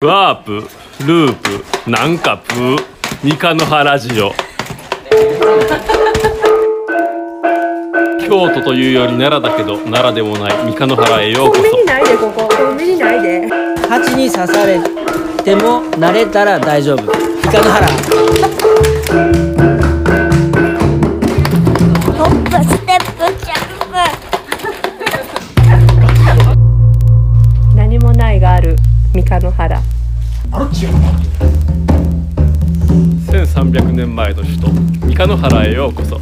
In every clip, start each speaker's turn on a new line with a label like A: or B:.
A: ワープループなんかプー三日の原ラジオ京都というより奈良だけど奈良でもない三日の原へようこ
B: コンビニないでここコンビニないで
C: 蜂に刺されても慣れたら大丈夫イカの原
D: ホップステップジャンプ
B: 何もないがある三日の原
A: そ1300年前の首都三日の原へようこそ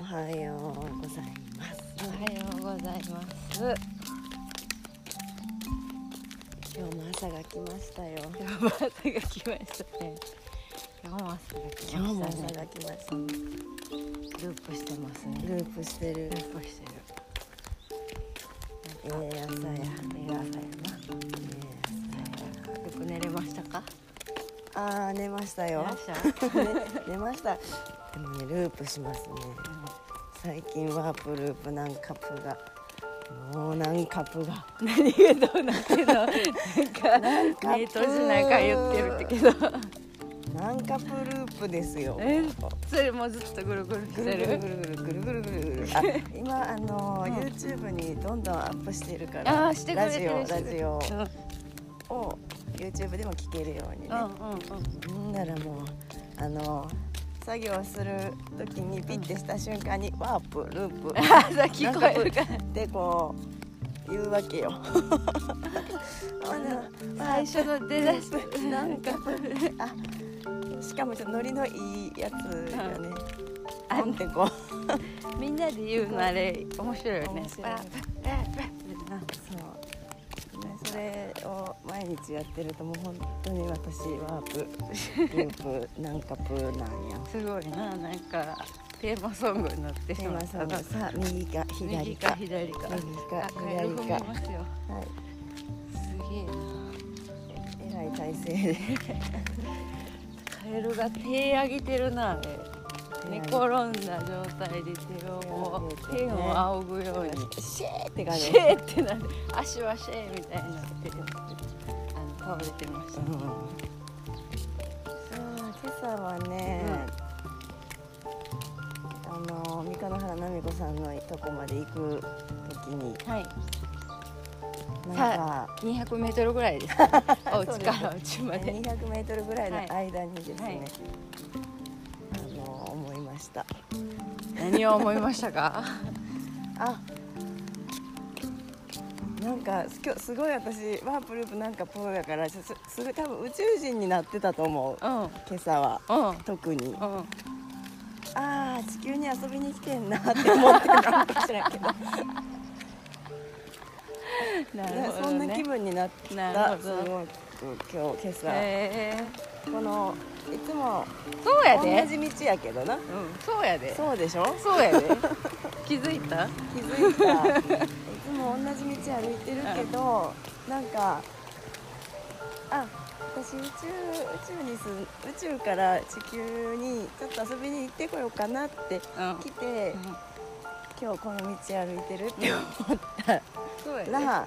E: おはようございます。
F: おはようございます。
E: 今日も朝が来ましたよ。
F: 今日も朝が来ましたね。今日も朝が来
E: 今日も
F: ま
E: 朝
F: した
E: が
F: ね。
E: 来ました。ル
F: ループしてますね。
E: ープしてる。
F: ループしてる。
E: ええ朝や。
F: ええ朝やな。よく寝れましたか？
E: ああ寝ましたよ
F: いら。っしゃい。
E: 寝寝ました。でもねループしますね。最近ワープループなんかプが。もうなんかプが。
F: 何がどうなってんの？なんか目閉じなんか言ってるんだけど、
E: なんかプループですよ。
F: えそれもうずっとぐるぐるし
E: ぐ
F: て
E: るぐる
F: る
E: ぐ。るぐるぐるぐるぐるぐる。あ、今あのー YouTube にどんどんアップしてるから。
F: あーしてくれてる
E: ラジオラジオ
F: うん
E: を YouTube でも聞けるようにね。
F: うんうんうん。
E: んならもうあの作業する時にピッてした瞬間にワープル ープ
F: あ、さ聞こえるか。
E: でこう言うわけよ。あの
F: 最初の出だし。
E: なんか あしかもちょっとノリのいいやつがね。ポンってこう
F: みんなで言うのあれ面白いよね。
E: 面白い
F: わ
E: そう、ね、それを毎日やってるともう本当に私ワ ープループなんかプーなんや。
F: すごいな、なんかテーマソングになってしま
E: 今
F: っ
E: さ
F: た
E: ん
F: な。
E: さ右か左
F: 右
E: か
F: か。左か。
E: 右か
F: あ、カエル
E: 左
F: 踏
E: か
F: み。ますよ。
E: はい。
F: すげえな。
E: えらい体勢で
F: カエルが手上げてるな。あれ寝転んだ状態で手をこう
E: 手上げてね
F: 天を仰ぐように。
E: シェーって感
F: シ
E: じ、
F: ェーってなる。足はシェーみたいになってる。あの倒れてました
E: う。ん、そう今朝はね、あの三日の原奈美子さんのとこまで行く時に
F: はい。
E: なんか
F: 200メートルぐらいですかね。お家からお家まで。
E: 200メートルぐらいの
F: はい
E: 間にですね、
F: はい
E: あの思いました
F: 何を思いましたか。
E: あなんか今日すごい私ワープループなんかプーだからすすごい多分宇宙人になってたと思う
F: うん。うん。
E: 今朝は
F: う
E: 特に
F: ん。
E: ああ地球に遊びに来てんなって思ってたかもしれん けど
F: な
E: ねそんな気分になっ
F: な
E: た
F: るほ
E: す
F: ど
E: ごく今日今朝、
F: へ
E: このいつも
F: ーそうやで、
E: 同じ道やけどな
F: うん、そうやで
E: そうでしょ
F: そうやで気づいた
E: 気づいたいつも同じ道歩いてるけどなんかあ私宇宙宇宙に住ん宇宙から地球にちょっと遊びに行ってこようかなって
F: うん
E: 来て
F: うん
E: 今日この道歩いてるって思った
F: そうやで
E: ら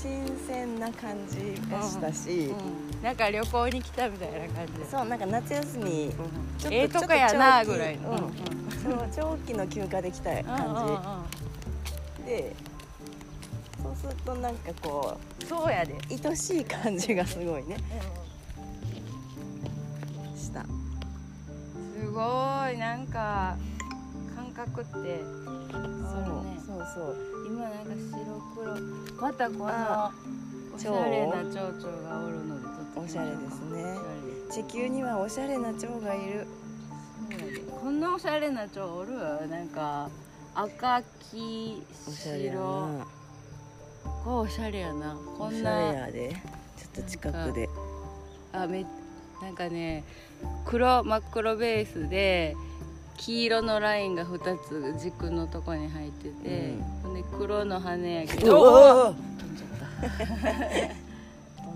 E: 新鮮な感じがしたし、
F: うんうん、なんか旅行に来たみたいな感じで
E: そうなんか夏休み
F: うん
E: ちょっと
F: ええとこやな
E: ちょ
F: ぐ
E: っと長期
F: らいの、
E: うん
F: うん
E: そう長期の休暇できた
F: うんうん
E: 感
F: うん
E: じでそうするとなんかこ
F: そうやで
E: う愛しい感じがすごいねした
F: すごいなんか感覚って
E: そう
F: あるね
E: そうそう
F: 今なんか白黒またこの
E: あ
F: おしゃれな蝶々がおるのでとっても
E: おしゃれですね
F: おしゃれ
E: 地球にはおしゃれな蝶がいる
F: こんなおしゃれな蝶おるなんか赤黄
E: おしゃれやな
F: 白こうおしゃれやなこ
E: お
F: ん
E: しゃ
F: な
E: れやでちょっと近くで
F: あめなんかね黒真っ黒ベースで黄色のラインが2つ軸のとこに入ってて、ほんで黒の羽やけ
C: う
F: ど
C: わー
E: ど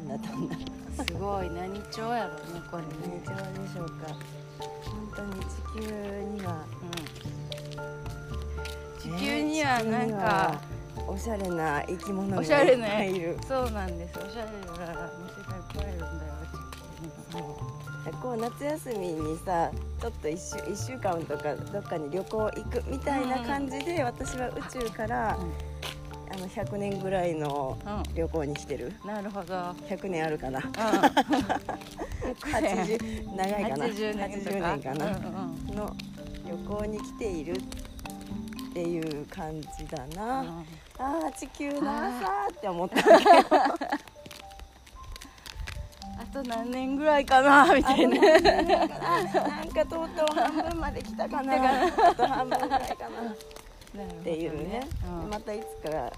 E: んなどんな
F: すごい何鳥やろねこれ
E: 何
F: ね、
E: ちゃうでしょうか本当に地球には
F: うん、地球にはなんか、
E: 地球にはおしゃれな生き物が
F: おしゃれ
E: いっ
F: な
E: ぱいいる
F: そうなんですおしゃれな店がいっぱいいるんだよ地球には
E: こう夏休みにさちょっと 1, 週一週間とかどっかに旅行行くみたいな感じで、私は宇宙から、
F: うん
E: あの100年ぐらいの
F: う
E: 旅行に来てる
F: んなるほど
E: 100年あるかな
F: う
E: 80長いか
F: ん、
E: な
F: 80年とか
E: 80年かな、
F: うんうん
E: の旅行に来ているっていう感じだな、あー地球の朝って思ったけど
F: あと何年ぐらいかなみたいな
E: なんかとうとう半分まで来たかな あと半分ぐらいかなっていうね、
F: うん
E: またいつか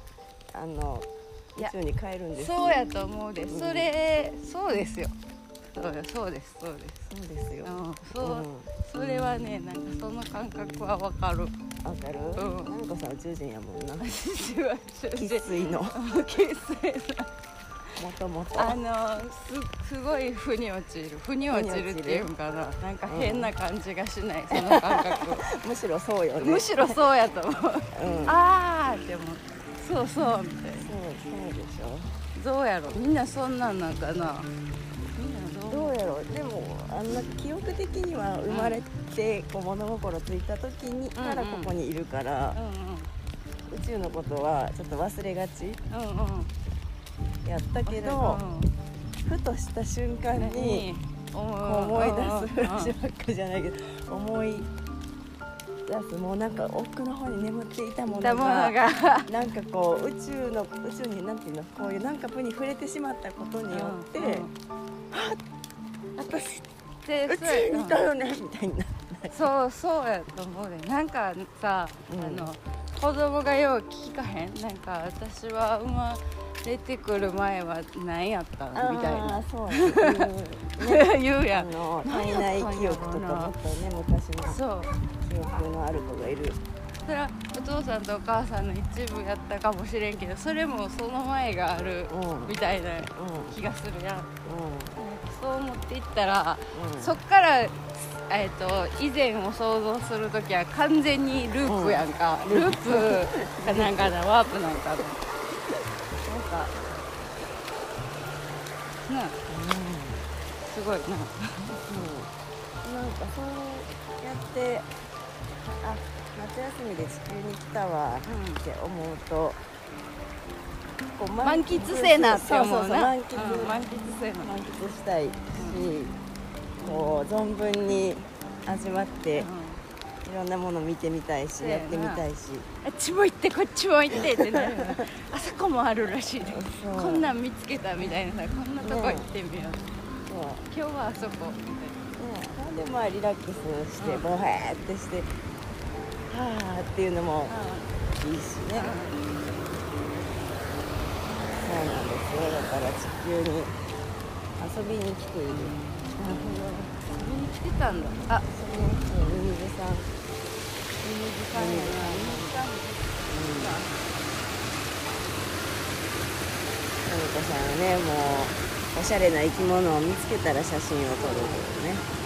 E: あの
F: いや
E: 宇宙に帰るんです
F: そうやと思うでそれそうですよそうよそうですそうです
E: そうですよ
F: う、ん
E: うん、
F: そう、それはねなんかその感覚はわかる
E: わかる、
F: うん
E: なみこさん宇宙人やもん な
F: 私は
E: 生粋のも
F: 生粋
E: ともと
F: あのすすごい腑に落ちる腑に落ちるっていうんかななんか変な感じがしないその感覚
E: むしろそうよね
F: むしろそうやと思う
E: うん、
F: ああでもそうそうみたいな
E: そうそうでしょ
F: どうやろみんなそんなんなんかなみんなどう
E: どうやろうでもあんな記憶的には生まれてこう物心ついた時にからここにいるから、
F: う
E: 宇宙のことはちょっと忘れがち
F: んうんうんうん
E: やったけど、ふとした瞬間
F: うん
E: に思
F: 思
E: い出すフラッシ
F: し
E: ュバックじゃないけど思い出すもうなんか奥の方に眠っていたもの
F: た
E: が
F: ものが
E: なんかこう宇宙の宇宙になんていうのこういうなんか部に触れてしまったことによって、
F: うんうん
E: 私宇
F: でそうや
E: 宙にいたよねみたいな。
F: そうそうやと思うでなんかさ、
E: うん
F: あの子供がよう聞かへんなんか私は生まれてくる前は何やったんみたい
E: あ
F: な
E: ーそうや ね
F: 言うや
E: あ
F: ん
E: の体内記憶とかもっとね昔の
F: そう
E: 記憶のある子がいる
F: それはお父さんとお母さんの一部やったかもしれんけどそれもその前がある
E: うんうんうん
F: みたいな気がするやんそう思っていったら、
E: うん
F: そっから、えー、と以前を想像する時は完全にループやんか、ループかなんかなワープなんかななんかなあ、すごいな
E: うんなんかそうやってあ夏休みで地球に来たわって思うと、こう
F: 満喫せえなって思うな
E: そうそうそう満喫、
F: うん満喫せえな
E: 満喫したいし、こう存分に味わって、いろんなもの見てみたいし
F: せや
E: や
F: な
E: ってみたいし
F: あっちも行ってこっちも行ってってなるよなあそこもあるらしいで
E: そう
F: こんなん見つけたみたいなさこんなとこ行ってみよう、
E: そう
F: 今日はあそこみたいな
E: ね、でまあリラックスしてボヘーってしてはあっていうのもいいしね、そうなんですよだから地球に遊びに来ている
F: 見に来てたんだあ
E: 遊びに来ているミミズさん
F: 時間やな
E: のみこさんはねもうおしゃれな生き物を見つけたら写真を撮るけどね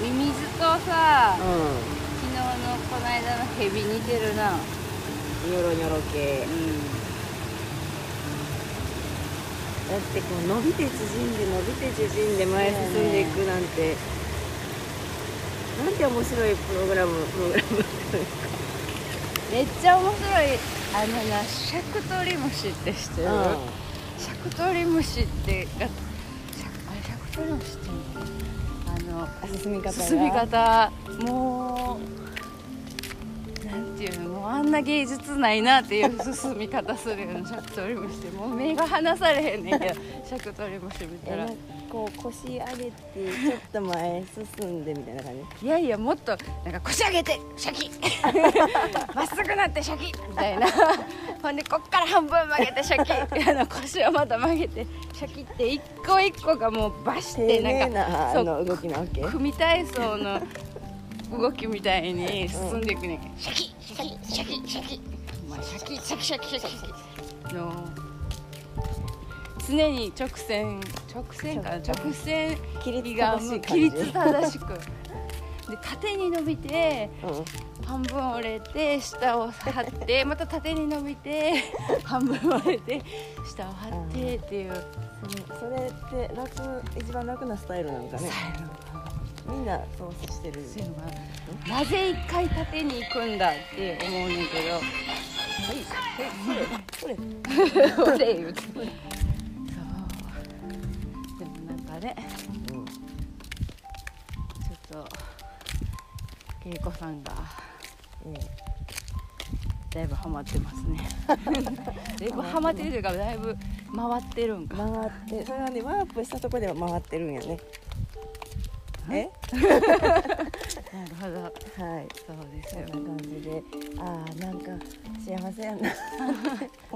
F: ミミズとさ
E: う
F: 昨日のこの間のヘビ似てるなうん
E: ニョロニョロ系だってこう伸びて縮んで伸びて縮んで前進んでいくなんて、なんて面白いプログラムプログラム
F: めっちゃ面白いあのなシャクトリムシって知ってる、シャクトリムシってがシャクあれシャクトリムシっていうのあの
E: 進み方が
F: 進み方もうなんていうのもうあんな芸術ないなっていう進み方するようなシャクトリムシってもう目が離されへんねんけどシャクトリムシ見
E: え
F: た
E: な
F: ら
E: んかこう腰上げてちょっと前進んでみたいな感じ
F: いやいやもっとなんか腰上げてシャ キまっすぐなってシャキみたいなほんでこっから半分曲げてシャキあの腰をまた曲げてシャキって一個一個がもうバシって
E: 丁
F: な
E: 寧
F: んか
E: なあ
F: そう
E: の動きなわけ
F: 組体操の動きみたいに進んでいくね、シャキシャキシャキシャキまあシャキシャキシャキシャキシャキの常に直線直線かな直線
E: 規律
F: が
E: 正しい
F: 規
E: 感じ
F: 律正しくで縦に伸びて
E: うん
F: 半分折れて下を張ってまた縦に伸びて半分折れて下を張ってっていう
E: そそれって楽一番楽なスタイルなんかねみんなそうしてる
F: そういうのがなぜ一回縦に行くんだって思うねんけど
E: それ
F: そうで言うてそうでもなんかね、ちょっと恵子さんが、
E: うん
F: だいぶハマってます ねだいぶハマってるというかだいぶ回ってるんか
E: 回ってそれはねワープしたとこでは回ってるんやねえ
F: なるほど
E: はい
F: そうです
E: そん
F: よ
E: な感じでああなんか幸せ やな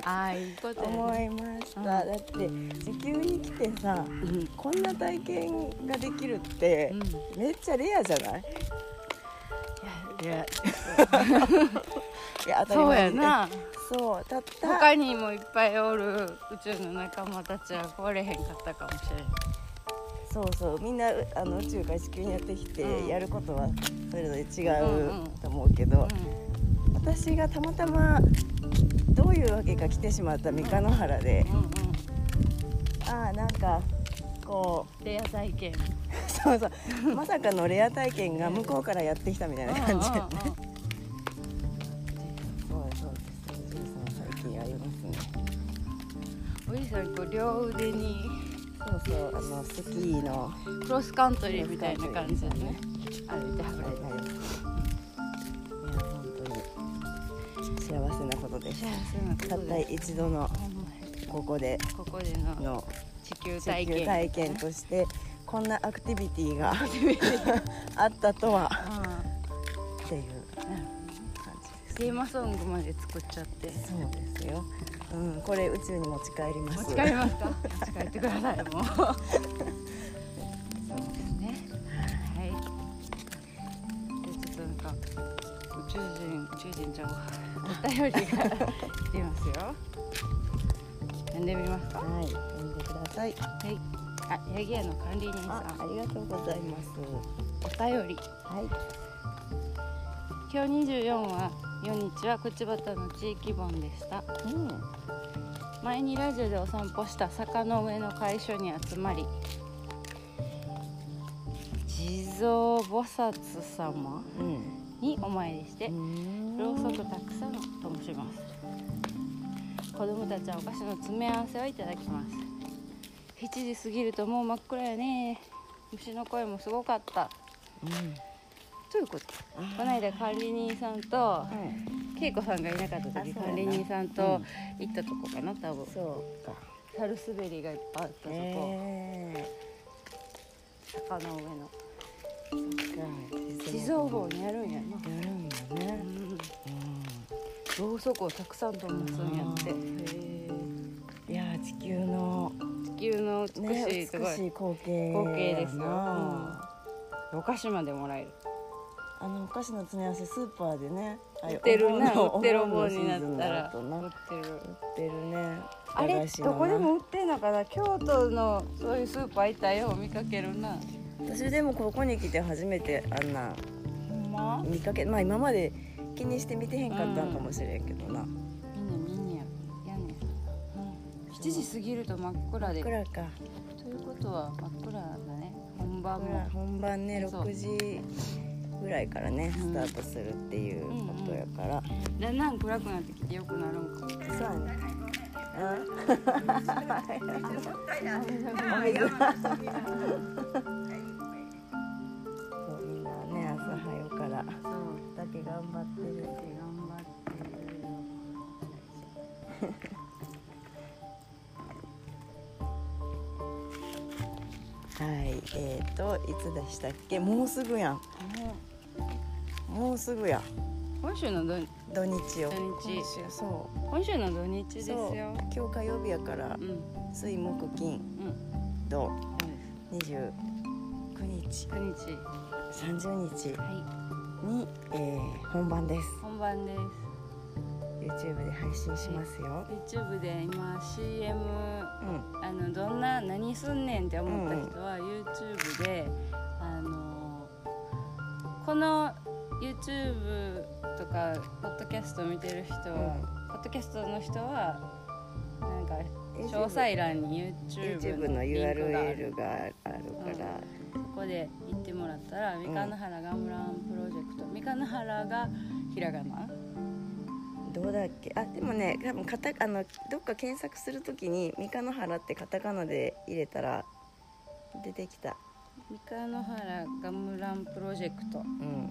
F: ああいうことやね
E: 思いましただって地球に来てさ
F: うん
E: こんな体験ができるって
F: うん
E: めっちゃレアじゃない
F: いや
E: いや当たり
F: そう
E: 前
F: や
E: に
F: な
E: そうたった
F: 他にもいっぱいおる宇宙の仲間たちは来れへんかったかもしれない
E: そうそうみんなうあの宇宙から地球にやってきて、
F: うん
E: やることはそれぞれ違
F: んう
E: うんと思うけど、
F: うん
E: 私がたまたまどういうわけか来てしまった三日野原で、
F: うんうん
E: ああなんかこ
F: レア体 験
E: う そうそうまさかのレア体験が向こうからやってきたみたいな感じ、
F: う
E: そうそうそうそう最近ありますね
F: んうんうんおじさんこう両腕に
E: そうそうあのスキーの
F: クロスカントリーみたいな感じでね歩いては
E: あ
F: る
E: れがよいや本当に幸せなことで
F: 幸
E: す
F: せな
E: た
F: こ
E: っ
F: と
E: た
F: で
E: 一度の
F: ほんまや
E: ここで
F: ここでの
E: の
F: 地球体
E: 地
F: 験
E: 球体験としてこ んなアクティビティがあったとは
F: う
E: っていうん感じ
F: テーマソングまで作っちゃって
E: ですそうですよ、うん、これ宇宙に持ち帰りま
F: 持
E: す
F: ち帰りますか持ち帰ってくださいもうそうですねはいでちょっとなんか宇宙人宇宙人ちゃんはお便りが来てますよ読んでみますかは
E: はい読んでください
F: いあヤギ屋の管理人さ
E: ああ
F: ん
E: りがとうございます
F: お便り
E: はい
F: 今日24話4日は口端の地域本でした
E: うん
F: 前にラジオでお散歩した坂の上の会所に集まり地蔵菩薩様
E: うん
F: にお参りしてろうそくたくさん灯します子供たちはお菓子の詰め合わせをいただきます7時過ぎるともう真っ暗やね虫の声もすごかったということこの間管理人さんと
E: うん
F: 恵子さんがいなかった時
E: あそうやな
F: 管理人さんと行ったとこかな多分
E: そうか
F: 猿滑りがいっぱいあったとこ、
E: え
F: 坂の上の
E: ー
F: 地蔵坊にやるんやな、
E: やるんだね
F: ろうそくをたくさんともすんやって
E: いやー地球の
F: 地球の美
E: ね
F: しい
E: 美しい
F: ところ、
E: 光景やな
F: 光景ですよ、うんお菓子までもらえる
E: あのお菓子の詰め合わせスーパーでね
F: 売ってるな
E: お
F: 売っ
E: 盆の
F: てるお
E: 盆の
F: 盆
E: シ
F: にな
E: ー
F: っ
E: ズン
F: た
E: だ
F: ら
E: とな
F: 売
E: 売っ
F: ってる
E: てるね
F: あれ
E: 駄菓子の
F: ど
E: な
F: こでも売ってんのかな京都のそういうスーパー行ったらよう見かけるな
E: 私でもここに来て初めてあんな
F: ほんま
E: 見かけまあ今まで気にして見てへんかったんかもしれんけどな、
F: みんなみんなやねん、うん、7時過ぎると真っ暗で
E: いくらか
F: ということは真っ暗だね本番
E: ほ
F: も
E: ら本番ね
F: そう
E: 6時ぐらいからねスタートするっていうことやから、
F: だんだん暗くなってきてよくなるんかも
E: そうやねそうみんなね朝早うからだ
F: そう
E: け頑張ってる
F: 頑張ってるよ
E: はい、えー、といつでしたっけもうすぐやんもうすぐや
F: 今週の土
E: 土日よ
F: 土日
E: 今週そ
F: 今週の土日で
E: う
F: すよ
E: そう今日火曜日やから
F: うんうん
E: 水木金土
F: そうです
E: 29日
F: 土日
E: 30日
F: は
E: に、えー本番です
F: 本番です
E: YouTube で配信しますよ、
F: YouTube で今 CM
E: うん、
F: あのどんな何すんねんって思った人は YouTube で、あのこの YouTube とかポッドキャストを見てる人は、ポッドキャストの人はなんか詳細欄に YouTube
E: YouTube
F: の
E: の
F: リンクがある
E: URL があるから、
F: ここで行ってもらったら「三河原ガムランプロジェクト」三河原がひらがな
E: どうだっけあでもね多分カタあのどっか検索するときに「三日野原」ってカタカナで入れたら出てきた
F: 三河原ガムランプロジェクト
E: うん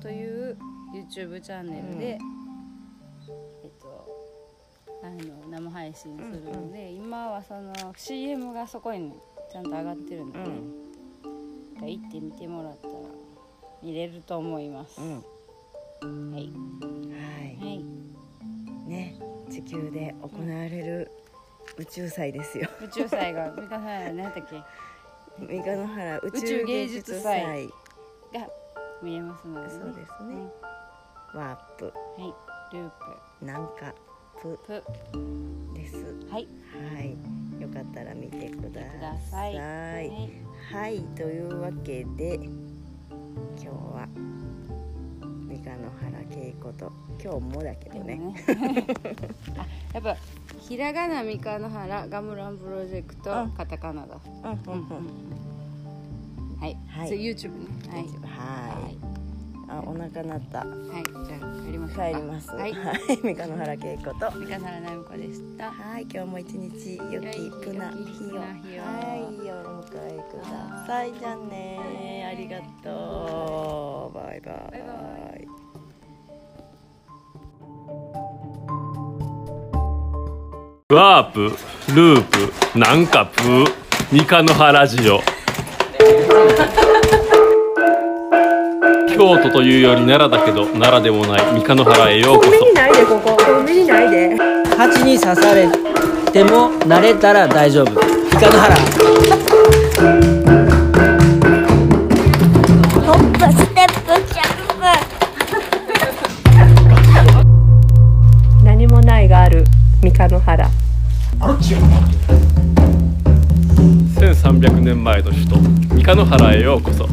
F: という YouTube チャンネルで、えっとあの生配信するので、今はその CM がそこにちゃんと上がってるので、
E: う
F: が行ってみてもらったら見れると思います、
E: うん
F: はい、
E: は
F: はい、
E: いね地球で行われる宇宙祭ですよ
F: 宇宙祭が三河原何だったっけ
E: 三日野原 宇宙
F: 宙
E: 芸
F: 芸
E: 術
F: 術
E: 祭
F: 祭が見えますので、
E: そうですね
F: うん
E: ワープ
F: はい、ルー
E: なんかプ
F: プ
E: です
F: プはい
E: はいよかったら見てくだ
F: く
E: さ
F: ださい
E: い
F: はい、
E: はいというわけで今日は三河野原恵子と今日もだけど
F: でも
E: ね
F: ね あやっぱひらがな三河の原ガムランプロジェクト、
E: うん
F: カタカナだ
E: うんうんうん
F: はい、
E: はい
F: それ YouTube ねはい
E: はいあお腹鳴った
F: はいじゃあ帰りましょうか
E: 帰ります
F: はい
E: 三河野原恵子と
F: 三河の原奈美子でした
E: はい今日も一日良きプナ日を
F: 良き日を
E: はいお迎えくださいじゃあねありがとうバイバ
F: バイバ
E: イ
A: ワープループなんかプー三河の原ジオ京都というより奈良だけど奈良でもない三河の原へようこそ
B: コンビニないでここコンビニないで
C: 蜂に刺されても慣れたら大丈夫三河原
D: ホップステップジャンプ
B: 何もないがある三河の原
A: 1300年前の首都三河の原へようこそ